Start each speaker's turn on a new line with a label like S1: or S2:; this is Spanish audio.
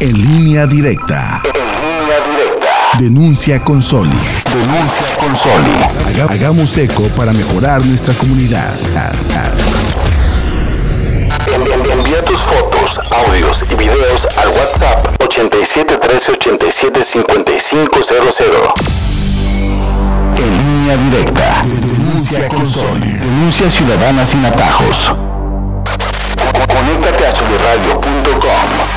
S1: En línea directa. En línea directa. Denuncia con Soli. Denuncia con Soli. Haga- Hagamos eco para mejorar nuestra comunidad.
S2: Envía tus fotos, audios y videos al WhatsApp 8713 87 En línea directa.
S1: Denuncia con Soli.
S2: Denuncia ciudadana sin atajos. Conéctate a soliradio.com.